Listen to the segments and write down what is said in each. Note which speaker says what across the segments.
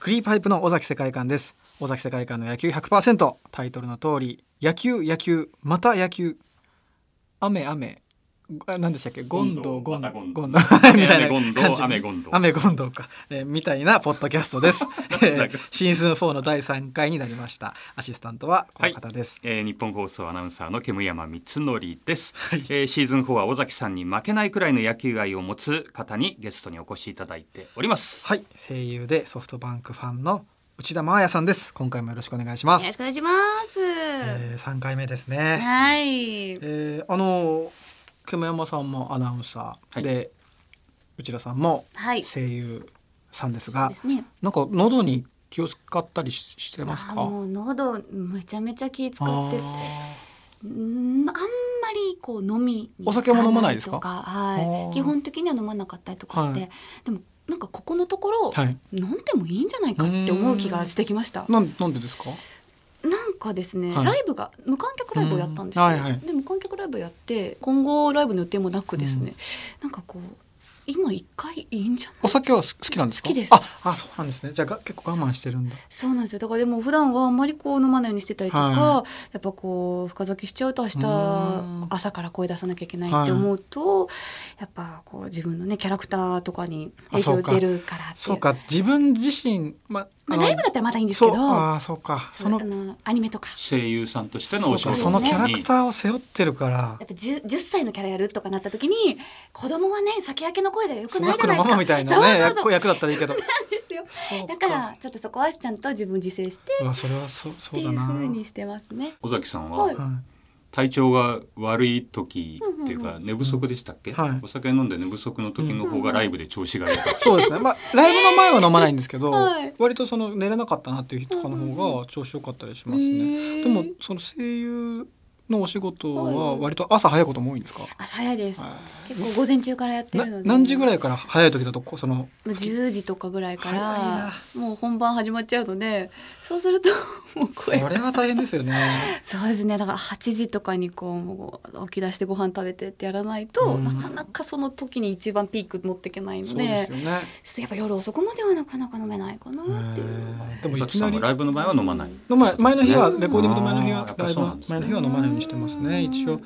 Speaker 1: クリーパイプの尾崎世界観です尾崎世界観の野球100%タイトルの通り野球野球また野球雨雨あ何でしたっけゴンドウゴ
Speaker 2: ゴ
Speaker 1: ン
Speaker 2: ン
Speaker 1: ド
Speaker 2: ド
Speaker 1: ウ
Speaker 2: ウ
Speaker 1: ゴンドウみ
Speaker 2: ま
Speaker 1: たいな
Speaker 2: 雨ゴ ンドウ
Speaker 1: 感じ
Speaker 2: 雨ゴンドウ
Speaker 1: 雨ゴンドウか、えーみたいなポッドキャスト です、えーシーズン4の第3回になりましたアシスタントはこの方です、
Speaker 2: えー日本放送アナウンサーの煙山光則です、
Speaker 1: はい
Speaker 2: えーシーズン4は尾崎さんに負けないくらいの野球愛を持つ方にゲストにお越しいただいております
Speaker 1: はい、声優でソフトバンクファンの内田真彩さんです。今回もよろしくお願いしま
Speaker 3: よろし
Speaker 1: す。
Speaker 3: くお願いします。
Speaker 1: えー、3回目ですね。
Speaker 3: はい。
Speaker 1: えー、あの久米山さんもアナウンサーで、内田さんも
Speaker 3: はい。そ
Speaker 1: 声優さんですが、
Speaker 3: うですね。
Speaker 1: なんか喉に気を使ったりししてます
Speaker 3: あ
Speaker 1: か？
Speaker 3: もう喉めちゃめちゃ気使っ
Speaker 1: あ
Speaker 3: てて、うんあんまりこう飲みに
Speaker 1: お酒も飲まないですか
Speaker 3: 行か
Speaker 1: あ
Speaker 3: ないとかは
Speaker 1: ー
Speaker 3: い。基本的には飲まなかったりとかして、
Speaker 1: はい
Speaker 3: でもなんかここのところ、
Speaker 1: ーはい。
Speaker 3: 飲んでもいいんじゃないかって思う気がしてきました。
Speaker 1: なんなんでですか？
Speaker 3: なんかですね、
Speaker 1: はい
Speaker 3: ライブが無観客ライブをやったんですよ、
Speaker 1: うんはいはい
Speaker 3: で無観客ライブやって今後ライブの予定もなくですね、なんかこう今一回いいんじゃない
Speaker 1: お酒はす好きなんですか？
Speaker 3: 好きです
Speaker 1: あ、あそうなんですね。じゃあが結構我慢してるんだ。
Speaker 3: そうなんですよだからでも普段はあんまりこう飲まないようにしてたりとか、
Speaker 1: は
Speaker 3: やっぱこう深酒しちゃうと明
Speaker 1: うーん
Speaker 3: 日朝から声出さなきゃいけないって思うと、やっぱこう自分のねキャラクターとかに影響出るからっていう
Speaker 1: そうか、自分自身ま
Speaker 3: まあ、
Speaker 1: の
Speaker 3: ライブだったらまだいいんですけ
Speaker 1: そう
Speaker 3: ど
Speaker 1: あーそうか
Speaker 3: そ
Speaker 1: そ
Speaker 3: の
Speaker 1: の
Speaker 3: あのアニメとか
Speaker 2: 声優さんとしての
Speaker 1: そ
Speaker 2: お
Speaker 1: う
Speaker 2: 仕
Speaker 1: か
Speaker 2: 事
Speaker 1: そのキャラクタ
Speaker 2: ー
Speaker 1: ーを背負ってるから
Speaker 3: やっぱ 10, 10歳のキャラやるとかなった時に子供はね先明けの声じゃよく
Speaker 1: ス
Speaker 3: な
Speaker 1: ナ
Speaker 3: い
Speaker 1: ッ
Speaker 3: じゃ
Speaker 1: クの
Speaker 3: ない
Speaker 1: マ
Speaker 3: です
Speaker 1: マ
Speaker 3: か
Speaker 1: みたいな
Speaker 3: そう
Speaker 1: ね
Speaker 3: そうそ
Speaker 1: 役
Speaker 3: う
Speaker 1: 役だったらいいけ ど
Speaker 3: ですよ
Speaker 1: そう
Speaker 3: だからちょっとそこはちゃんと自分自制して
Speaker 1: うわそれはそそ
Speaker 3: っ
Speaker 1: う
Speaker 3: てい
Speaker 1: だ
Speaker 3: う
Speaker 1: な
Speaker 3: ふうにしてますね
Speaker 2: 尾崎さん
Speaker 3: は
Speaker 2: はい
Speaker 1: はい
Speaker 2: 体調が悪い時っていう
Speaker 3: うんうん
Speaker 2: か
Speaker 3: う
Speaker 2: 寝不足でしたっけ、
Speaker 1: はい
Speaker 2: お酒飲んで寝不足の時の方がライブで調子が良かった、
Speaker 1: そうですねまあライブの前は飲まないんですけど、
Speaker 3: はい
Speaker 1: 割とその寝れなかったなっていう日とかの方が調子良かったりしますね、
Speaker 3: へー
Speaker 1: でもその声優のお仕事は
Speaker 3: はい
Speaker 1: 割と朝早いことも多いんですか、
Speaker 3: 朝早いです
Speaker 1: は
Speaker 3: 結構午前中からやって
Speaker 1: い、な
Speaker 3: るので
Speaker 1: 何時ぐら
Speaker 3: い
Speaker 1: いから早い時だとこうその
Speaker 3: 10時とかぐらいか
Speaker 1: 早いな
Speaker 3: らもう本番始まっちゃうのでそうする ともう
Speaker 1: そ
Speaker 3: 声
Speaker 1: れ
Speaker 3: が
Speaker 1: は大変ですよね
Speaker 3: そうですねだから8時とかにこうもう起き出してご飯食べてってやらないと、
Speaker 1: うん
Speaker 3: なかなかその時に一番ピーク持っていけないの
Speaker 1: そ
Speaker 3: で
Speaker 1: うですよね
Speaker 3: そうやっぱ夜遅くまではなかなか飲めないか
Speaker 1: へ
Speaker 3: なっていうのが
Speaker 1: ーでも
Speaker 2: 尾
Speaker 1: い
Speaker 2: 崎
Speaker 1: き
Speaker 2: さ
Speaker 1: なんり
Speaker 2: もライブの前は飲まない
Speaker 1: の前前の日はレコーディングの前の日
Speaker 2: あーや
Speaker 1: は
Speaker 2: っ
Speaker 1: ラ
Speaker 2: ぱ
Speaker 1: イブ
Speaker 2: そうな
Speaker 1: の
Speaker 2: んですね
Speaker 1: 前の日は飲まないようにしてますね
Speaker 3: うん
Speaker 1: 一応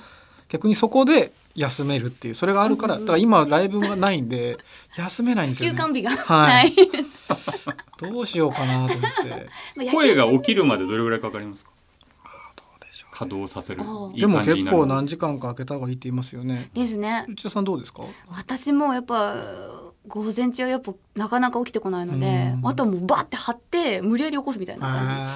Speaker 1: 逆にそこで休めるっていうそれがあるから
Speaker 3: う
Speaker 1: だ
Speaker 3: ん
Speaker 1: から今ライブがないん で休めないんですよ
Speaker 3: 休
Speaker 1: ね
Speaker 3: 館日が
Speaker 1: は
Speaker 3: はいい
Speaker 1: どうしようかなと思ってど
Speaker 3: まあ
Speaker 2: 声が起きるまでどれぐらいかかりますか
Speaker 1: うでしょう
Speaker 2: 稼働させる
Speaker 3: あー
Speaker 2: いい
Speaker 1: でも
Speaker 2: 感じに
Speaker 1: 結
Speaker 2: なる
Speaker 1: 構何時間か空けた方がいいって言いますよね
Speaker 3: ですね
Speaker 1: 内田さんどうですか
Speaker 3: 私もやっぱ午前中はやっぱなかなか起きてこないので
Speaker 1: うん
Speaker 3: あとはもうバッて張って無理やり起こすみたいな感
Speaker 1: あ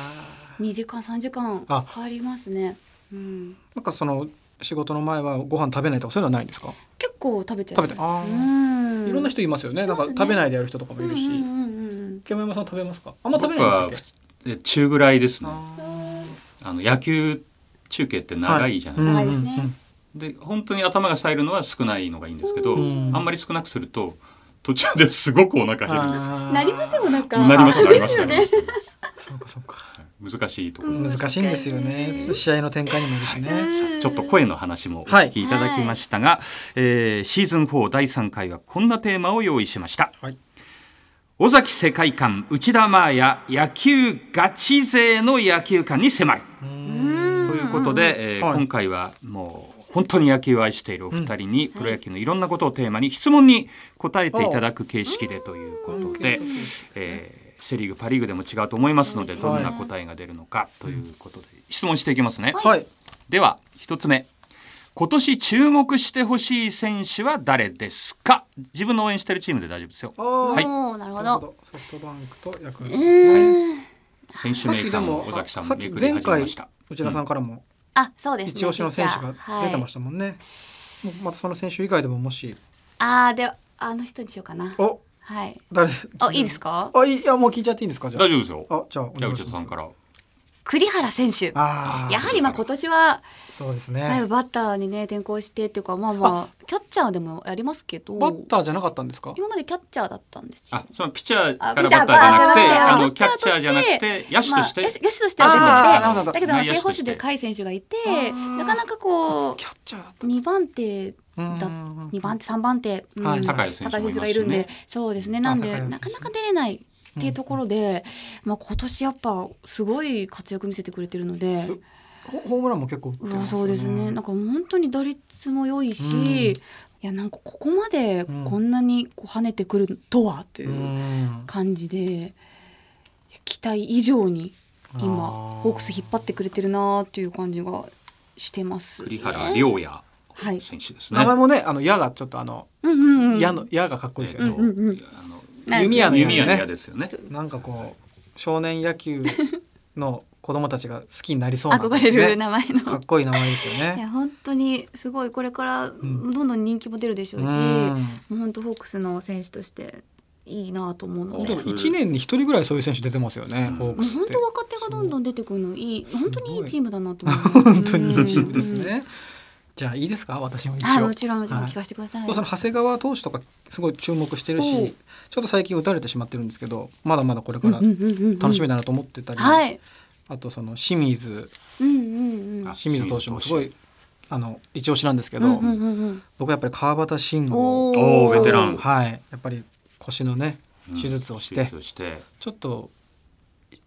Speaker 1: ー
Speaker 3: じ2時間3時間
Speaker 1: あ
Speaker 3: かかりますね、うん、
Speaker 1: なんかその仕事の前はご飯食べないとかそういうのはないんですか
Speaker 3: 結構食べちゃう
Speaker 1: 食べてあ
Speaker 3: う
Speaker 1: ー
Speaker 3: ん
Speaker 1: いろんな人いますよね
Speaker 3: い
Speaker 1: な
Speaker 3: ま
Speaker 1: ん
Speaker 3: すね
Speaker 1: か食べないでやる人とかもいるし
Speaker 3: うんうんうんうん
Speaker 1: 山山さん食べますかあんま食べ
Speaker 2: 僕
Speaker 1: ないん
Speaker 2: は
Speaker 1: です
Speaker 2: 普通え中ぐらいですね
Speaker 1: よ
Speaker 2: あの野球中継って長いじゃない、
Speaker 3: 長いですね
Speaker 2: で本当に頭が冴えるのは少ないのがいいんですけど、
Speaker 1: うん
Speaker 2: あんまり少なくすると途中ですごくお腹減るんです
Speaker 3: なりますよなんか
Speaker 2: なりますなります
Speaker 3: ですよ
Speaker 2: なりま
Speaker 3: ね
Speaker 2: す
Speaker 1: そうかそうか。
Speaker 2: 難しいところ
Speaker 3: うん
Speaker 1: 難しいんですよね。
Speaker 3: 難しい
Speaker 1: 試合の展開にもよるしね。
Speaker 3: うん
Speaker 2: ちょっと声の話もお聞きいただきましたが、えーシーズン4第3回はこんなテーマを用意しました
Speaker 1: はい。
Speaker 2: 尾崎世界観内田真也野球ガチ勢の野球観に迫るということで、えー
Speaker 1: はい
Speaker 2: 今回はもう本当に野球を愛しているお二人に、プロ野球のいろんなことをテーマに質問に答えていただく形式でということで、えーセ・リーグパ・リーグでも違うと思いますのでどんな答えが出るのかということで質問していきますね。
Speaker 1: はい。
Speaker 2: では一つ目今年注目してほしい選手は誰ですか自分の応援してるチームで大丈夫ですよ
Speaker 1: ああ。
Speaker 2: はい
Speaker 3: おーなるほ
Speaker 1: なるほ
Speaker 3: ど
Speaker 1: ど。ソフトバンクとヤクル
Speaker 3: う
Speaker 1: ト。
Speaker 3: ーん
Speaker 2: 選手
Speaker 1: さっ
Speaker 2: 名
Speaker 1: きで
Speaker 2: 鑑を
Speaker 1: も
Speaker 2: 尾崎さん
Speaker 1: さっ
Speaker 2: め
Speaker 1: き
Speaker 2: くり始
Speaker 1: 前
Speaker 2: め
Speaker 1: 回
Speaker 2: ました
Speaker 1: 内田さんからも
Speaker 3: あそうですね
Speaker 1: 一押しの選手が出てま
Speaker 3: し
Speaker 1: したもんね。もうまたその選手以外でももし。
Speaker 3: た、はいあーであの人にしようかな
Speaker 1: お
Speaker 3: はい
Speaker 1: 誰。
Speaker 3: あいいですか
Speaker 1: あいいいやもう聞いちゃっていいんですかじゃ
Speaker 2: 大丈夫ですよ
Speaker 1: あ。あじゃあお
Speaker 2: じゃ
Speaker 1: 願
Speaker 2: あ
Speaker 1: い
Speaker 2: 内
Speaker 1: しま
Speaker 2: 田さ
Speaker 1: す
Speaker 2: ん。から
Speaker 3: 栗原選手
Speaker 1: ああ。
Speaker 3: やはりまあ今年は
Speaker 1: そうです
Speaker 3: だいぶ
Speaker 1: ね。
Speaker 3: バッターにね転向してっていうかまあまあキャッチャーでもやりますけど
Speaker 1: バッターじゃなかったんですか。
Speaker 3: 今までキャッチャーだったんですよ
Speaker 2: あ。そのピッチャーか
Speaker 3: あ
Speaker 2: らバッターじゃなくて
Speaker 3: ピッチャー
Speaker 2: あ
Speaker 3: あ
Speaker 2: のキ
Speaker 3: キ
Speaker 2: ャ
Speaker 3: ャ
Speaker 2: ッ
Speaker 3: ッ
Speaker 2: チ
Speaker 3: チ
Speaker 2: ャー
Speaker 3: ャー
Speaker 2: じ
Speaker 3: じ
Speaker 2: ゃ
Speaker 3: ゃ
Speaker 2: な
Speaker 3: な
Speaker 2: くて
Speaker 3: くて
Speaker 2: 野手とし
Speaker 3: まあ野
Speaker 2: て
Speaker 3: 手野手としては
Speaker 1: あ
Speaker 3: 出てて
Speaker 1: ーなるほど
Speaker 3: だけどまあ
Speaker 2: 内野
Speaker 3: 正
Speaker 2: 手と
Speaker 3: 捕
Speaker 2: して
Speaker 3: 手で甲斐選手がいて
Speaker 1: ー
Speaker 3: なかなかこう
Speaker 1: キャッチャーだったんです
Speaker 3: 2。番手
Speaker 1: う
Speaker 3: だ
Speaker 1: ん
Speaker 3: 2番手3番手、うん
Speaker 1: はい
Speaker 2: 高い選手もいますしね
Speaker 3: がいるんでそうですねなん
Speaker 1: あ高
Speaker 3: で
Speaker 1: い選手
Speaker 3: なかなか出れないっていうところで、まあ、今年やっぱすごい活躍見せてくれてるので。
Speaker 1: すホホームランも結構打って
Speaker 3: う
Speaker 1: ますよ
Speaker 3: わそうですねなんか本当に打率も良いし、
Speaker 1: うん
Speaker 3: いやなんかここまで
Speaker 1: うん
Speaker 3: こんなにこう跳ねてくるとはといううん感じで、いや期待以上に
Speaker 1: あ
Speaker 3: 今
Speaker 1: ー
Speaker 3: ホークス引っ張ってくれてるなっていう感じがしてます、
Speaker 2: 栗原亮也
Speaker 3: はい、
Speaker 2: 選手ですね。
Speaker 1: 名前もねあの矢がちょっとあの
Speaker 3: うんうんうん、
Speaker 1: 矢の矢がかっこいいですよ
Speaker 2: え
Speaker 1: ね
Speaker 2: っと
Speaker 3: うんうんうん
Speaker 2: あの
Speaker 3: なんか
Speaker 1: 弓矢の
Speaker 2: 弓矢の
Speaker 1: ね
Speaker 2: 矢ですよね。
Speaker 1: なんかこう少年野球の子供たちが好きになりそうな、
Speaker 3: 憧れる
Speaker 1: ね
Speaker 3: 名前の、
Speaker 1: かっこいい名前ですよ
Speaker 3: いや
Speaker 1: ね。
Speaker 3: 本当にすごいこれからど
Speaker 1: ん
Speaker 3: んどん人気も出るでしょうし、
Speaker 1: うん
Speaker 3: もう本当ホークスの選手としていいなと思うの
Speaker 2: 本
Speaker 3: で
Speaker 2: 当
Speaker 3: もう
Speaker 1: 一年に一人ぐらいそういう選手出てますよね。
Speaker 2: うん
Speaker 1: ホークスっ
Speaker 3: 本
Speaker 1: て。
Speaker 3: 当若手がどんどん出てくるのいい本当にいいチームだなと思います
Speaker 1: 本当にいいチームです
Speaker 3: うん
Speaker 1: ね。じゃあいいですか私も一
Speaker 3: はい
Speaker 1: 応。
Speaker 3: もちろんもちろん
Speaker 1: はい
Speaker 3: 聞かせてください、
Speaker 1: その長谷川投手とかすごい注目してる
Speaker 3: お
Speaker 1: し
Speaker 3: う
Speaker 1: ちょっと最近打たれてしまってるんですけどまだまだこれから
Speaker 3: うんうんうんうんうん
Speaker 1: 楽しみだなと思ってたり、
Speaker 3: はい
Speaker 1: あとその清水
Speaker 3: うんうんうん
Speaker 2: あ
Speaker 1: 清水投手もすごいあの一押しなんですけど、
Speaker 3: うんうんうんうん
Speaker 1: 僕はやっぱり川端慎
Speaker 3: お
Speaker 1: 吾
Speaker 3: ー
Speaker 2: おーベテラン
Speaker 1: はいやっぱり腰のね
Speaker 2: うん
Speaker 1: 手術をして、
Speaker 2: 手術をして
Speaker 1: ちょっと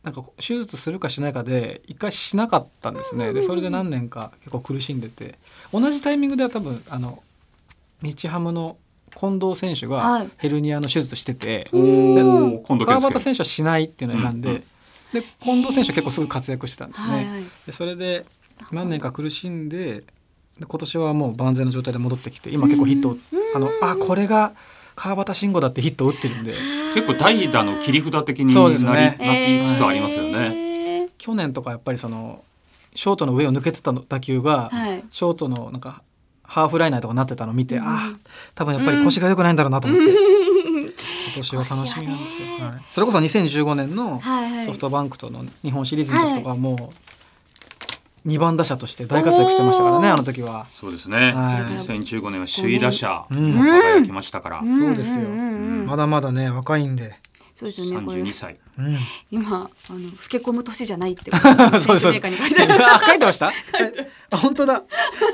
Speaker 1: なんかこう手術するかしないかで一回しなかったんですねでそれで何年か結構苦しんでて同じタイミングでは多分あの日ハムの近藤選手
Speaker 3: は
Speaker 1: が
Speaker 3: い
Speaker 1: ヘルニアの手術してて、
Speaker 3: おー
Speaker 2: 今度
Speaker 1: 川端選手はしないっていうのを選んで、
Speaker 2: うんうん
Speaker 1: で近藤選手は結構すぐ活躍してたんですね。
Speaker 3: はいはい
Speaker 1: でそれで何年か苦しんでで今年はもう万全の状態で戻ってきて今結構ヒットをあのあこれが川端慎吾だってヒットを打ってるんで
Speaker 2: 結構代打の切り札的に
Speaker 1: そ
Speaker 2: な
Speaker 1: う
Speaker 2: り,、
Speaker 1: ですね
Speaker 2: なりつつありますよね。
Speaker 3: ね、えー
Speaker 1: 去年とかやっぱりそのショートの上を抜けてたの打球が、
Speaker 3: はい
Speaker 1: ショートのなんかハーフライナーとかなってたのを見て、
Speaker 3: うん
Speaker 1: ああ多分やっぱり腰が良くないんだろうなと思 って、今年は楽しみなんですよ、
Speaker 3: 腰はね
Speaker 1: はいそれこそ2015年の
Speaker 3: はいはい
Speaker 1: ソフトバンクとの日本シリーズの時とかはもう2番打者として大活躍してましたからね
Speaker 3: おー
Speaker 1: あの時は。
Speaker 2: そうですね。
Speaker 1: はい
Speaker 2: 2015年は首位打者
Speaker 1: う
Speaker 2: も
Speaker 1: ん
Speaker 2: 輝きましたから、
Speaker 3: ん
Speaker 1: そうですよ
Speaker 3: んうんうん
Speaker 1: まだまだね若いんで、
Speaker 3: そうですよねこれ
Speaker 2: 32歳。
Speaker 1: うん、
Speaker 3: 今あの老け込む年じゃないってことですね
Speaker 1: そうですそう
Speaker 3: 選
Speaker 1: で
Speaker 3: 手名鑑に
Speaker 1: す
Speaker 3: 書いてある
Speaker 1: あ書いてましたあ本当だ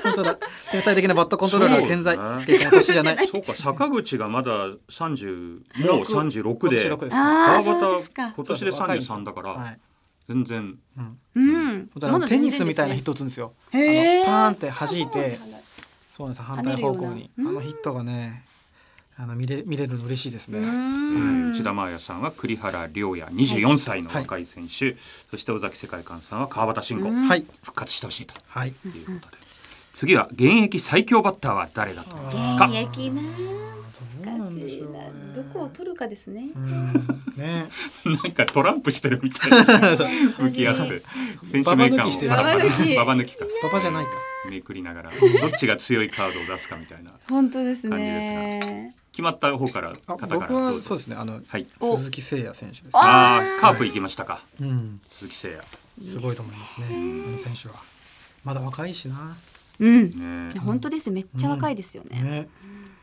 Speaker 1: 本当だ天才的なバットコントロールは健在
Speaker 2: そうです
Speaker 1: 経験は年じゃ ない
Speaker 2: そうか坂口がまだ30もう36で
Speaker 1: 今年六です
Speaker 3: あ
Speaker 2: 川
Speaker 3: あそうで
Speaker 2: 端
Speaker 3: すか
Speaker 2: 今年で33だから、
Speaker 1: はい
Speaker 2: 全然
Speaker 3: うん
Speaker 1: だからテニスみたいな
Speaker 3: 人
Speaker 1: ヒット打つんですよ。あ
Speaker 3: へー
Speaker 1: のパーンって弾いて、そうなんですよ反対方向に
Speaker 3: 跳ねるよう
Speaker 1: あ
Speaker 3: な
Speaker 1: のヒットがね、あの見れ見れるの嬉しいです
Speaker 3: う
Speaker 1: ね。
Speaker 3: ん
Speaker 2: 内田真也さんは栗原亮也24歳の若い選手、そして尾崎世界観さんは川端慎吾、
Speaker 3: うん
Speaker 1: はい
Speaker 2: 復活してほしいと
Speaker 1: はい。
Speaker 2: いうことで次は現役最強バッターは誰だと思いますか
Speaker 3: 現役な
Speaker 1: どうなんで
Speaker 3: し
Speaker 1: しょうね
Speaker 3: どこを取るかですね。
Speaker 1: うんね、
Speaker 2: なんかトランプしてるみたいな 向き合って選手名鑑を
Speaker 1: バ
Speaker 3: バ抜き
Speaker 2: ババ抜きか
Speaker 1: パパじゃないか。
Speaker 2: めくりながらどっちが強いカードを出すかみたいな
Speaker 3: 本当です
Speaker 2: ね
Speaker 3: ね。
Speaker 2: 決まった方から
Speaker 1: あ
Speaker 2: 方から
Speaker 1: 僕
Speaker 2: ど
Speaker 1: は
Speaker 2: ぞ
Speaker 1: そうですね。あの、
Speaker 2: はい
Speaker 3: お
Speaker 1: 鈴木誠也選手です。
Speaker 2: あーカープ行きましたか
Speaker 1: うん、
Speaker 2: 鈴木誠
Speaker 1: すごいと思いますね。あの選手はまだ若いしな。
Speaker 3: うん。
Speaker 2: 也ねえ
Speaker 3: 本当ですめっちゃ若いですよね。
Speaker 1: ね。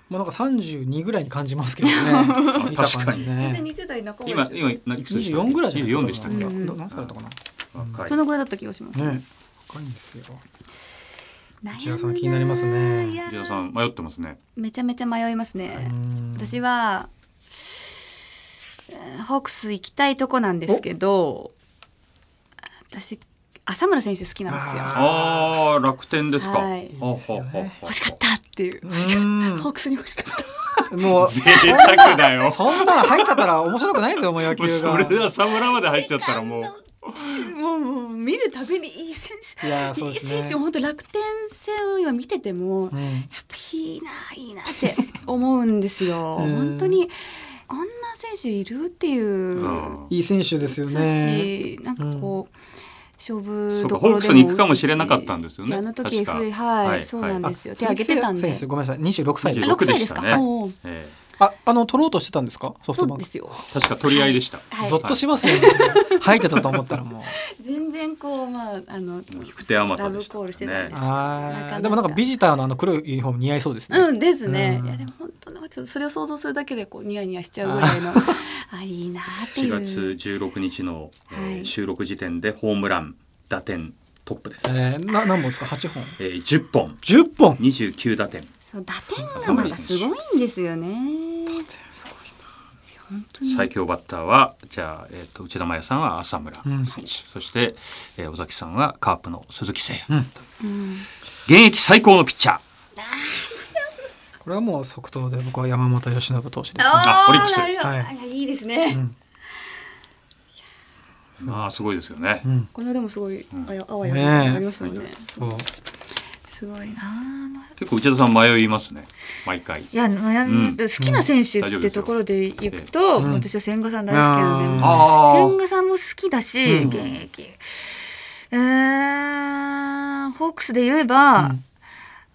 Speaker 1: もうなんか三十二ぐらいに感じますけど ね。見た
Speaker 2: 確か
Speaker 1: 感
Speaker 2: に
Speaker 1: じね。
Speaker 3: 二十代半
Speaker 2: 今今いくつ
Speaker 1: 二十
Speaker 2: でしたっけ
Speaker 1: 四ぐらいじゃない
Speaker 2: 24でしたっけ、
Speaker 1: な
Speaker 3: うん
Speaker 1: 何歳だったかな。
Speaker 2: 若い
Speaker 3: そのぐらいだった気がします。
Speaker 1: ね、若いんですよ。内田さん気になりますね
Speaker 3: いや
Speaker 2: 藤田さん迷ってますね
Speaker 3: めちゃめちゃ迷いますね。私
Speaker 1: は
Speaker 3: はうんホークス行きたいとこなんですけど、私浅村選手好きなんですよ。
Speaker 1: あ
Speaker 2: あー楽天ですか、
Speaker 3: はい
Speaker 2: ほうほうほうほう
Speaker 3: 欲しかったっていう。ホークスに欲しかった。
Speaker 1: もう
Speaker 2: 贅沢だよ
Speaker 1: そんなの入っちゃったら面白くないですよもう野
Speaker 2: もう
Speaker 1: 球
Speaker 2: それ
Speaker 1: が。
Speaker 2: は沢村まで入っちゃったらもう
Speaker 3: もうもう見るたびにいい選手
Speaker 1: いやーそうですね
Speaker 3: いい選手本当楽天戦を今見てても、
Speaker 1: う
Speaker 3: やっ
Speaker 1: ん
Speaker 3: ぱいいないいなって思うんで すよ
Speaker 1: うん
Speaker 3: 本当にあんな選手いるっていう
Speaker 2: うん
Speaker 1: いい選手ですよ
Speaker 3: し、
Speaker 1: ね。
Speaker 3: なんかこう、勝負
Speaker 2: そう
Speaker 3: ど
Speaker 2: か
Speaker 3: こ
Speaker 2: ホー
Speaker 3: ろでも
Speaker 2: クスに行くかもしれなかったんですよね
Speaker 3: いやあの時
Speaker 2: 確か
Speaker 3: FA はい、
Speaker 2: はい
Speaker 3: そうなん
Speaker 1: あ
Speaker 3: ですよ手挙げてたんで
Speaker 1: 選手ごめんなさい二十六歳で
Speaker 3: あ
Speaker 1: す
Speaker 2: 26
Speaker 3: 6歳ですか
Speaker 2: でしたね
Speaker 3: おうおう
Speaker 2: え
Speaker 1: ああの取ろうとしてたんですかソフ
Speaker 3: そ
Speaker 1: トバ
Speaker 3: う
Speaker 1: ン
Speaker 3: で
Speaker 1: ク。
Speaker 3: すよ
Speaker 2: え確か取り合いでした、
Speaker 3: はい
Speaker 1: ゾッとします よね。入ってたと思ったらもう。
Speaker 3: 全然こうまああの
Speaker 2: もう引く手あまたでし
Speaker 3: ラブコールして
Speaker 2: た
Speaker 3: たん
Speaker 2: ね
Speaker 3: ですなかな
Speaker 1: あ
Speaker 3: か
Speaker 1: あでもなんかビジターのあの黒いユニフォーム似合いそうですね。
Speaker 3: うんですね。
Speaker 1: うん
Speaker 3: いやでも本当なんかちょっとそれを想像するだけでこうニヤニヤしちゃうぐらいの あいいなってい
Speaker 2: 4
Speaker 3: う。
Speaker 2: 月16日の、えー
Speaker 3: はい
Speaker 2: 収録時点でホームラン打点トップです、
Speaker 1: えー、な何本ですか八本。
Speaker 2: えー10本
Speaker 1: 十本。
Speaker 2: 29打点
Speaker 3: そう打点がまたすごいんですよね。
Speaker 1: すごいな。
Speaker 3: 本当に
Speaker 2: 最強バッターはじゃあ、えー、と内田真也さんは浅村
Speaker 1: うん
Speaker 2: 選手、そして、えー尾崎さんはカープの鈴木誠也、
Speaker 1: うん
Speaker 3: うん
Speaker 2: 現役最高のピッチャー
Speaker 1: これはもう即答で僕は山本由伸投手ですね。
Speaker 3: あ
Speaker 2: オリックス
Speaker 3: ーなるほど、
Speaker 1: はい
Speaker 3: あいいですね、
Speaker 1: うん
Speaker 2: まあすごいですよね、
Speaker 1: うん、
Speaker 3: この間もすごいあやあわや
Speaker 1: ねえ
Speaker 3: ありますよね
Speaker 1: そう
Speaker 3: すごいなあ
Speaker 2: 結構内田さん迷いますね毎回
Speaker 4: いや悩みます、
Speaker 2: うん
Speaker 4: 好きな選手
Speaker 2: うん大丈夫
Speaker 4: っ
Speaker 2: で
Speaker 4: て
Speaker 2: すよ
Speaker 4: ところでいくと、
Speaker 1: うん
Speaker 4: 私は千賀さん大好きなので、
Speaker 2: あー
Speaker 4: 千賀さんも好きだし、
Speaker 1: うん
Speaker 4: 現役うーんホークスで言えば、
Speaker 1: うん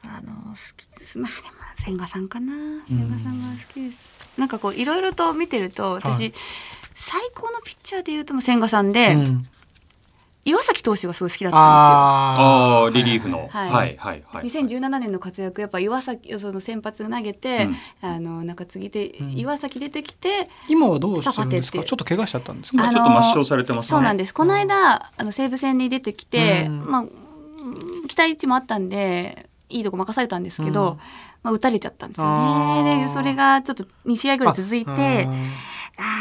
Speaker 4: あの好き
Speaker 3: まあでも千賀さんかな千賀さんが好きです、なんかこういろいろと見てると私、
Speaker 1: はい
Speaker 3: 最高のピッチャーで言うともう千賀さんで、
Speaker 1: うん
Speaker 3: 岩崎投手がすごい好きだったん
Speaker 1: あ
Speaker 2: ああリリーフの、
Speaker 3: はい
Speaker 2: はいはいはい
Speaker 3: ですよ2017年の活躍やっぱ岩崎その先発投げて、あの中継ぎで、
Speaker 1: ん
Speaker 3: 岩崎出てきて
Speaker 1: 今はどうしてるんです
Speaker 3: サファテっ
Speaker 1: か。
Speaker 3: て
Speaker 1: ちょっと怪我しちゃったんです
Speaker 2: ま
Speaker 1: か。
Speaker 2: あちょっと抹消されてますね
Speaker 3: そうなんですこの間あの西武戦に出てきて、
Speaker 1: うん
Speaker 3: まあうん期待値もあったんでいいとこ任されたんですけど、
Speaker 1: うん
Speaker 3: まあ、打たれちゃったんです
Speaker 1: あ
Speaker 3: よね
Speaker 1: ー
Speaker 3: でそれがちょっと2試合ぐらい続いて
Speaker 1: ああ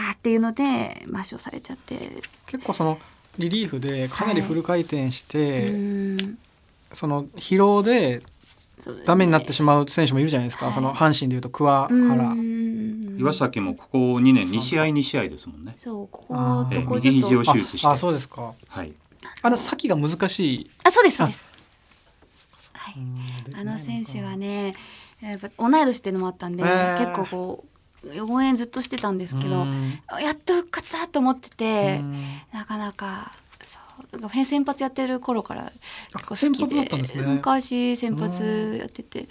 Speaker 3: あ
Speaker 1: ー
Speaker 3: ーっていうので抹消されちゃって
Speaker 1: 結構そのリリーフでかなりフル回転して、
Speaker 3: うん
Speaker 1: その疲労でダメになってしまう選手もいるじゃないですか。
Speaker 3: はい
Speaker 1: その阪神でいうと桑
Speaker 3: う
Speaker 1: 原。
Speaker 3: ん
Speaker 2: 岩崎もここ2年2試合2試合ですもんね
Speaker 3: そうこことこ
Speaker 2: あー
Speaker 3: うち
Speaker 2: 右肘
Speaker 3: ょ
Speaker 2: を
Speaker 3: っと
Speaker 2: 手術して
Speaker 1: ああそうですか。
Speaker 2: はい
Speaker 1: あの先が難しい。
Speaker 3: あそうですそうですは
Speaker 1: う
Speaker 3: い
Speaker 1: ん
Speaker 3: あの選手は。ねやっぱ同い年っていうのもあったんで、
Speaker 1: えー
Speaker 3: 結構こう応援ずっとしてたんで
Speaker 1: です
Speaker 3: けど、やっと復活だと思ってて、なかなかそうなんか先発やってる頃から結構好き
Speaker 1: 先発だったんですね
Speaker 3: 昔先発やってて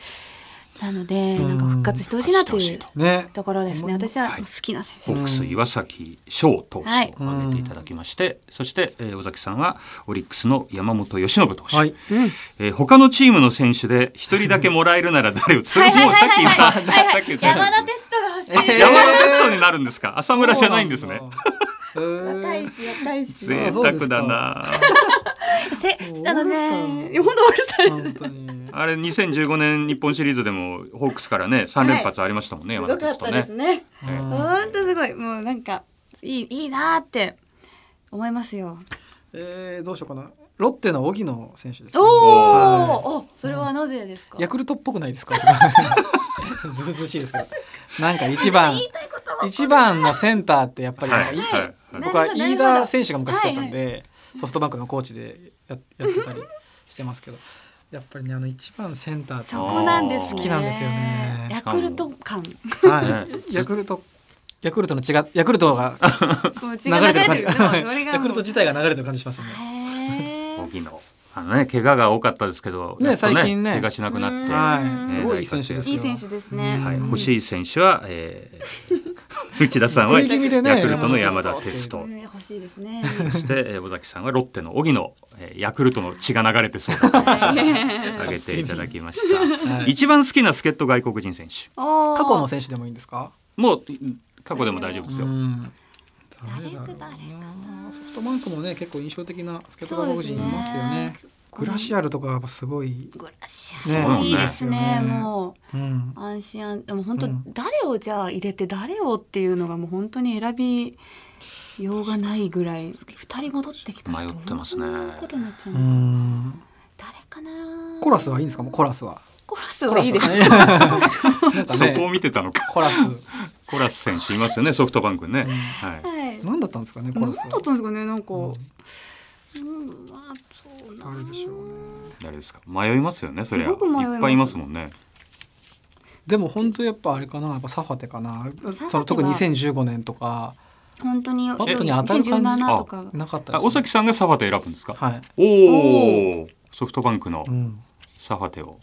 Speaker 3: なので
Speaker 1: うん
Speaker 3: なんか復活してほしいな
Speaker 2: 復
Speaker 3: と
Speaker 2: 活して
Speaker 3: いう
Speaker 2: ほし
Speaker 1: ね。
Speaker 3: ところですね
Speaker 1: うん
Speaker 3: 私は
Speaker 2: はい
Speaker 3: 好きな選手
Speaker 2: ホ
Speaker 3: で
Speaker 2: ー
Speaker 3: す、
Speaker 2: ク
Speaker 1: う
Speaker 2: ス
Speaker 1: ん
Speaker 2: 岩崎翔投手を
Speaker 3: はい
Speaker 2: 挙げていただきまして、そして、えー尾崎さんはオリックスの山本由伸投手、
Speaker 1: はい。
Speaker 3: うん
Speaker 2: えー他のチームの選手で一人だけもらえるなら誰をそれもうさっき今さっき言った
Speaker 3: 山田哲人が欲しい、
Speaker 1: え
Speaker 2: 山田哲人になるんですか浅村じゃないんですね
Speaker 1: そうなんだ。
Speaker 3: 若
Speaker 1: へ
Speaker 3: い
Speaker 1: ー
Speaker 3: し若いし
Speaker 2: 贅沢だな
Speaker 3: せあの
Speaker 1: オー
Speaker 3: ね
Speaker 1: ルスター
Speaker 3: 本当オールスターで
Speaker 1: 本当に。
Speaker 2: あれ2015年日本シリーズでもホークスからね3連発ありましたもんね、
Speaker 3: す
Speaker 2: 山
Speaker 3: よ
Speaker 2: 田
Speaker 3: かっ
Speaker 2: 哲
Speaker 3: た
Speaker 2: 人
Speaker 3: で
Speaker 2: ね
Speaker 3: すね
Speaker 2: えー
Speaker 3: 本当すごいもうなんかいいいいなーって思いますよ
Speaker 1: えー、どうしようかな。ロッテの荻野選手です、
Speaker 3: おー
Speaker 1: は
Speaker 3: おそれはなぜですか
Speaker 1: いヤクルトっぽくないですか。す ごいずうずうしいですけど。なんか一番
Speaker 3: 言いたいことは
Speaker 1: 一番のセンターってやっぱり、
Speaker 2: はい
Speaker 1: いい
Speaker 2: はいはい
Speaker 1: 僕は
Speaker 3: なるほ
Speaker 1: 飯
Speaker 3: どなるほど
Speaker 1: 田選手が昔好きだったんで、ソフトバンクのコーチでややってたりしてますけど、やっぱりねあの一番センターって
Speaker 3: そこなんですね
Speaker 1: 好きなんですよね
Speaker 3: ヤクルト感
Speaker 1: はい、ヤクルトヤクルトの血がヤクルト が
Speaker 3: こう血
Speaker 1: 流
Speaker 3: が
Speaker 1: れ
Speaker 3: 流
Speaker 1: てる
Speaker 3: れ
Speaker 1: 感
Speaker 3: て
Speaker 1: じ、
Speaker 3: るでもそれが
Speaker 1: ヤクルト自体が流れてる感じしますよね。
Speaker 3: へー
Speaker 2: 荻野あのね怪我が多かったですけど、
Speaker 1: ね
Speaker 2: やっと
Speaker 1: 最近ね
Speaker 2: 怪我しなくなって、
Speaker 1: はい、
Speaker 2: ね
Speaker 1: すごいいい選手ですよ。
Speaker 3: いい選手ですね
Speaker 2: はい、
Speaker 3: うん
Speaker 2: 欲しい選手は、えー内田さんは
Speaker 1: 食い気味でね
Speaker 2: ヤクルトの山田哲人、
Speaker 3: ね欲しいですね
Speaker 2: そして、えー尾崎さんはロッテの荻野、えーヤクルトの血が流れてそうだ と挙げていただきました、
Speaker 1: はい
Speaker 2: 一番好きな助っ人外国人選手
Speaker 3: 過
Speaker 1: 過去の選手でもいいんですか。
Speaker 2: もう過去でも大丈夫ですよ、
Speaker 1: ん。
Speaker 3: 誰だろうな
Speaker 1: ソフトバンクもね結構印象的な助っ人外国人いますよ
Speaker 3: そう
Speaker 1: ね
Speaker 3: ですね
Speaker 1: グラシアルとかはすごい、
Speaker 3: グラシ
Speaker 1: ね
Speaker 3: アいいですね
Speaker 1: そうなんですよね
Speaker 3: もう
Speaker 1: うん、
Speaker 3: 安心安でも本当、
Speaker 1: うん
Speaker 3: 誰をじゃあ入れて誰をっていうのがもう本当に選びようがないぐらい二人戻ってきたら
Speaker 2: 迷ってますね
Speaker 3: どんなことになっちゃう
Speaker 1: う
Speaker 3: の、
Speaker 1: ん
Speaker 3: 誰かな
Speaker 1: コラスはいいんですかもうコラスは
Speaker 3: コラス
Speaker 1: コ
Speaker 3: は
Speaker 1: ラス
Speaker 3: いいです
Speaker 1: ね なんか
Speaker 2: そこを
Speaker 1: ね
Speaker 2: 見てたのか
Speaker 1: コラス
Speaker 2: コラス選手いますよねソフトバンクね、はい
Speaker 3: はい
Speaker 1: 何だったんですかねコ
Speaker 3: 何
Speaker 1: ラ
Speaker 3: だ
Speaker 1: スは
Speaker 3: ったんですかねなんか、うん、まあそうな
Speaker 1: 誰でしょうね
Speaker 2: 誰ですか迷いますよねそれは
Speaker 3: すごく迷います
Speaker 2: っぱいいますもんね
Speaker 1: でも本当やっぱあれかなやっぱサファテかな
Speaker 3: テは
Speaker 1: その特に2015年とか
Speaker 3: 本当に
Speaker 1: バットに当たる感じ
Speaker 3: 2017とか
Speaker 1: なかった
Speaker 2: あ
Speaker 1: です
Speaker 2: 尾崎さんがサファテ選ぶんですか、
Speaker 1: はい、
Speaker 2: おおソフトバンクの
Speaker 1: うん、
Speaker 2: サファテを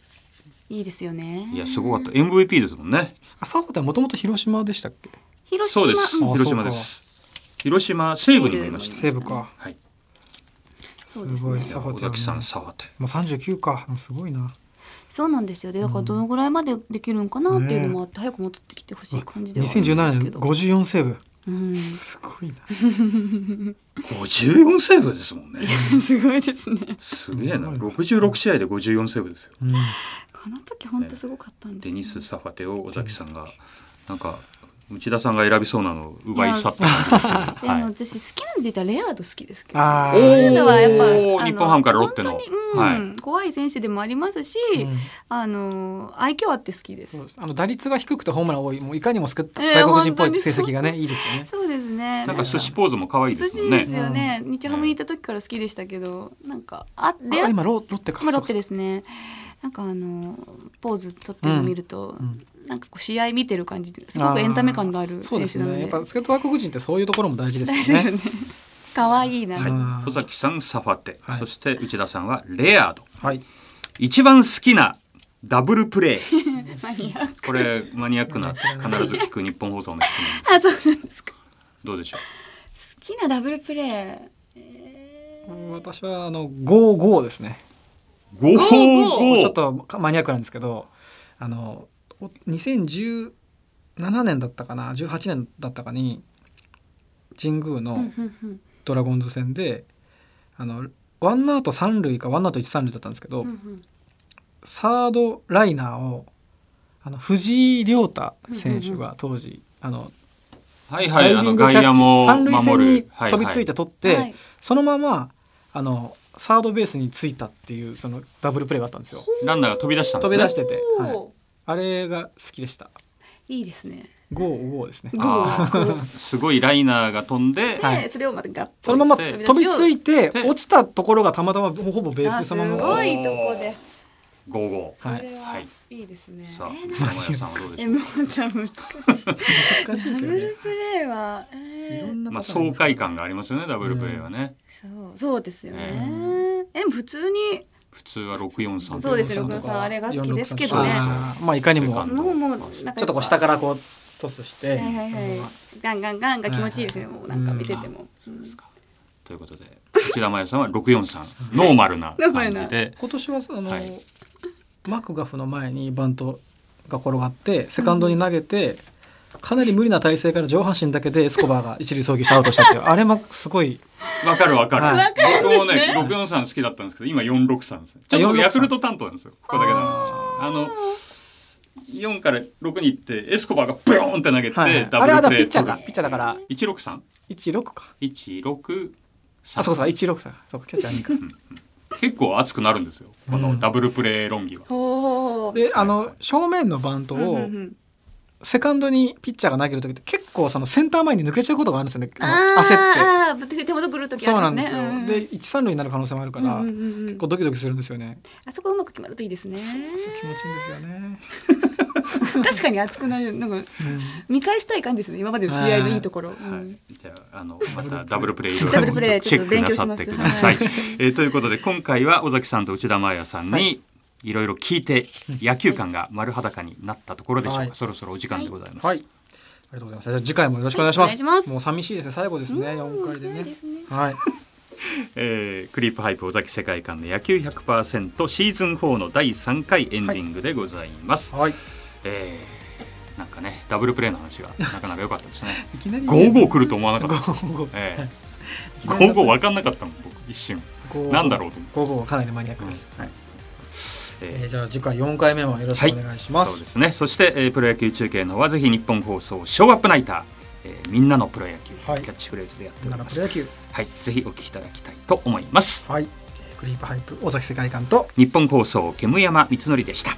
Speaker 3: いいですよね
Speaker 2: いやすごかった MVP ですもんね
Speaker 1: あサファテはもともと広島でしたっけ
Speaker 3: 広
Speaker 2: そう
Speaker 3: 島
Speaker 2: です
Speaker 3: うん
Speaker 1: あ
Speaker 2: 広島です広島西部にもいました
Speaker 1: 西武か
Speaker 2: はい
Speaker 3: そうです
Speaker 1: すごい
Speaker 3: ね
Speaker 2: い
Speaker 1: サ
Speaker 2: や
Speaker 1: ファ
Speaker 2: 尾
Speaker 1: テはね
Speaker 2: 崎さんサファテ
Speaker 1: もう39かもうすごいな
Speaker 3: そうなんですよでだからどのぐらいまでできるんかなっていうのもあって、早く戻ってきてほしい感じではあるん
Speaker 1: 2017
Speaker 3: です
Speaker 1: 年
Speaker 3: けど
Speaker 1: 54セーブ
Speaker 3: うん
Speaker 1: すごいな
Speaker 2: 54セーブですもんね
Speaker 3: すごいですね。
Speaker 2: すげえな66試合で54セーブですよ
Speaker 1: うん
Speaker 3: この時本当すごかったんです
Speaker 2: デ
Speaker 3: よ
Speaker 2: ニス・サファテを尾崎さんがなんか内田さんが選びそうなのを奪い去った感じです
Speaker 3: で
Speaker 2: ね。
Speaker 3: も
Speaker 2: はい
Speaker 3: 私好きなんで言ったらレアード好きですけど。
Speaker 1: あ
Speaker 2: お
Speaker 1: ー
Speaker 3: レアードはやっぱあの
Speaker 2: 日本ハムからロッテの
Speaker 3: 本当にうん
Speaker 2: はい
Speaker 3: 怖い選手でもありますし、
Speaker 1: うん
Speaker 3: あの愛嬌あって好きです。
Speaker 1: そうですあの打率が低くてホームラン多いもういかにも救った
Speaker 3: えー
Speaker 1: 外国人っぽ
Speaker 3: 本当
Speaker 1: い
Speaker 3: に
Speaker 1: 成
Speaker 3: そう
Speaker 1: 績がね、いいですよね。
Speaker 3: そうですね。
Speaker 2: なんか寿司ポーズも可愛いで
Speaker 3: 寿
Speaker 2: す
Speaker 3: 司
Speaker 2: もん
Speaker 3: で
Speaker 2: ね
Speaker 3: す。よね。日ハムにいた時から好きでしたけど、なんかあで
Speaker 1: あ今ロロッテか。
Speaker 3: 今ロッテ
Speaker 1: で
Speaker 3: ですね。なんかあのポーズ取ってるの見ると、
Speaker 1: うん
Speaker 3: なんかこう試合見てる感じですごくエンタメ感のある
Speaker 1: そう
Speaker 3: 選
Speaker 1: です
Speaker 3: 手なの
Speaker 1: ね。
Speaker 3: で
Speaker 1: やっぱスケート外国人ってそういうところも大事です
Speaker 3: 大事です
Speaker 1: よ
Speaker 3: よ
Speaker 1: ね。
Speaker 3: ね。可愛いな。
Speaker 1: うん
Speaker 2: はい、戸崎さんサファテ、
Speaker 1: はい
Speaker 2: そして内田さんはレアード
Speaker 1: はい。
Speaker 2: 一番好きなダブルプレー
Speaker 3: マニアック
Speaker 2: これマニアックな必ず聞く日本放送の質問
Speaker 3: あ、そうなんですか。
Speaker 2: どうでしょ
Speaker 3: 好きなダブルプレー。え
Speaker 1: 私はあのゴーゴーですね。
Speaker 2: うゴー
Speaker 3: ゴ
Speaker 2: ゴー
Speaker 1: ちょっとマニアックなんですけど、あのお2017年だったかな、18年だったかに神宮
Speaker 3: ー
Speaker 1: の
Speaker 3: うんうん
Speaker 1: ドラゴンズ戦で、あのワンアウト三塁かワンアウト一三塁だったんですけど、
Speaker 3: うんうん
Speaker 1: サードライナーをあの藤井亮太選手が当時、あの
Speaker 2: はいは
Speaker 1: ダイ
Speaker 2: い
Speaker 1: ビ
Speaker 2: あの
Speaker 1: ングキ
Speaker 2: 外
Speaker 1: ャ
Speaker 2: 野
Speaker 1: ッ
Speaker 2: も
Speaker 1: チ三塁
Speaker 2: 守
Speaker 1: 線
Speaker 2: る
Speaker 1: に飛びついて取って、
Speaker 3: はい
Speaker 1: そのままあのサードベースについたっていうそのダブルプレーがあったんですよ。
Speaker 2: ランナーが飛び出したんです
Speaker 1: 飛
Speaker 2: ね
Speaker 1: び出してて、
Speaker 3: お
Speaker 1: はい
Speaker 3: ー
Speaker 1: あれが好きでした。
Speaker 3: いいですね。
Speaker 1: ゴーゴーですね。
Speaker 2: あー
Speaker 3: ゴー
Speaker 2: すごいライナーが飛んで、
Speaker 3: で、
Speaker 1: はい
Speaker 3: それをまたガッと。
Speaker 1: そのまま
Speaker 2: 飛び
Speaker 3: 出しを
Speaker 1: 飛びついて
Speaker 2: で
Speaker 1: 落ちたところがたまたまほぼベース
Speaker 3: あ
Speaker 1: でそ
Speaker 3: す
Speaker 1: のまま。
Speaker 3: ごいとこで。
Speaker 2: ゴーゴ
Speaker 1: は
Speaker 3: こ
Speaker 1: い。
Speaker 3: れは
Speaker 2: はい
Speaker 3: いいですね
Speaker 2: ー。さあ
Speaker 3: えー
Speaker 2: 内山さんはどうでしょ
Speaker 3: えー
Speaker 2: う
Speaker 3: もうじゃあ難し
Speaker 1: 難
Speaker 3: い。
Speaker 1: しいで
Speaker 3: ダブ
Speaker 1: すよね
Speaker 3: ル。プレーは、え
Speaker 1: いろ
Speaker 3: ー、
Speaker 1: んな
Speaker 2: まあ
Speaker 1: パターン
Speaker 2: 爽
Speaker 1: ります
Speaker 2: 快感がありますよねダブルプレーはね、
Speaker 3: そうそうですよね。
Speaker 1: ね
Speaker 3: えでも普通に
Speaker 2: 普通は六四三
Speaker 3: そうですよね
Speaker 1: と
Speaker 3: 六
Speaker 1: か
Speaker 3: さんあれが好きですけどね
Speaker 1: あーまあいかにも
Speaker 2: そう
Speaker 1: ち
Speaker 2: か
Speaker 3: もうもうなんか
Speaker 1: ょっとこう下からこうトスして、
Speaker 3: はいはいはい
Speaker 1: そのまま
Speaker 3: ガンガンガンが気持ちいいですね。もうなんか見てても。うん
Speaker 2: ということで内田真也さんは六四三ノーマルな
Speaker 3: ノーマル
Speaker 2: 感
Speaker 3: な
Speaker 2: じで
Speaker 1: 今年はあの、
Speaker 2: はい
Speaker 1: マクガフの前にバントが転がってセカンドに投げて、かなり無理な体勢から上半身だけでエスコバーが一塁送球してアウトしたっていうあれもすごい
Speaker 2: わかるわかる、
Speaker 1: はいわ
Speaker 3: かるんですね
Speaker 2: 僕もね六四三好きだったんですけど今四六三ですねちょっと僕
Speaker 1: 463
Speaker 2: ヤクルト担当なんですよここだけなんですよあの四から六に行ってエスコバーがブヨーンって投げて、
Speaker 1: はいはい
Speaker 2: ダ
Speaker 1: あれは
Speaker 2: ブ
Speaker 1: だ
Speaker 2: ル
Speaker 1: ピッ
Speaker 2: プ
Speaker 1: チ
Speaker 2: レ
Speaker 1: ャ
Speaker 2: ー
Speaker 1: ーか
Speaker 2: 取る
Speaker 1: ピッチャーだから
Speaker 2: 一六三
Speaker 1: 16か
Speaker 2: 一六三
Speaker 1: あそうかそうか163かそうかキャッチャー2か
Speaker 2: 結構熱くなるんですよこのダブルプレー論議は、
Speaker 3: ほう。
Speaker 1: であの正面のバント
Speaker 3: うんう
Speaker 1: を
Speaker 3: んうん
Speaker 1: セカンドにピッチャーが投げる時って結構そのセンター前に抜けちゃうことがあるんですよねあの焦って
Speaker 3: あーあー手手元くるときあ
Speaker 1: そうな
Speaker 3: る
Speaker 1: ん
Speaker 3: ん
Speaker 1: で
Speaker 3: です
Speaker 1: す
Speaker 3: ね。
Speaker 1: よ、で一三塁になる可能性もあるから、
Speaker 3: うんうんうんうん
Speaker 1: 結構ドキドキするんですよね
Speaker 3: あそこうまく決まるといいですね。
Speaker 1: そうそう気持ちいいんですよね、
Speaker 3: 確かに熱くなるなんか
Speaker 1: うん
Speaker 3: 見返したい感じですね。今までの試合のいいところ。う
Speaker 2: は
Speaker 3: ん
Speaker 2: い、じゃああのまたダブルプレーいろ
Speaker 3: ダブルプ
Speaker 2: い
Speaker 3: レ
Speaker 2: ろ
Speaker 3: ー
Speaker 2: チ
Speaker 3: ち
Speaker 2: ェ
Speaker 3: ょっ
Speaker 2: ック
Speaker 3: と勉
Speaker 2: な
Speaker 3: 強し
Speaker 2: さ
Speaker 3: ま
Speaker 2: っ
Speaker 3: す
Speaker 2: てください
Speaker 3: は。
Speaker 2: えーということで今回は尾崎さんと内田真也さんに、、
Speaker 1: はい
Speaker 2: ろいろ聞いて野球感が丸裸になったところでしょうか、
Speaker 1: はい
Speaker 2: そろそろお時間でございます。
Speaker 1: はい。ありがとうございます。じゃあ次回もよろしくお願いします。
Speaker 3: はいお願いします
Speaker 1: もう寂しいですね。最後ですね。四回でね。 はい。
Speaker 2: えークリープハイプ尾崎世界観の野球100%シーズン4の第3回エンディングでございます。
Speaker 1: はい。
Speaker 2: えーなんかねダブルプレーの話がなかなか良かったですね。
Speaker 1: いきなり、
Speaker 2: 5ー来ると思わなかったです。
Speaker 1: ゴーゴー。
Speaker 2: えー、5分かんなかったもん僕一瞬。
Speaker 1: ゴ
Speaker 2: なんだろうと思って
Speaker 1: ゴーゴーはかなりマニアックです。はい。
Speaker 2: えー
Speaker 1: えー、じゃあ次回四回目もよろしくお願いします。
Speaker 2: そうですねそして、えープロ野球中継のはぜひ日本放送ショーアップナイター、えーみんなのプロ野球、
Speaker 1: はい
Speaker 2: キャッチフレーズでやって
Speaker 1: みんな
Speaker 2: おり
Speaker 1: の
Speaker 2: ま
Speaker 1: プ
Speaker 2: す
Speaker 1: ロ野球。
Speaker 2: はいぜひお聞きいただきたいと思います
Speaker 1: はい。えークリープハイプ尾崎世界観と
Speaker 2: 日本放送煙山光則でした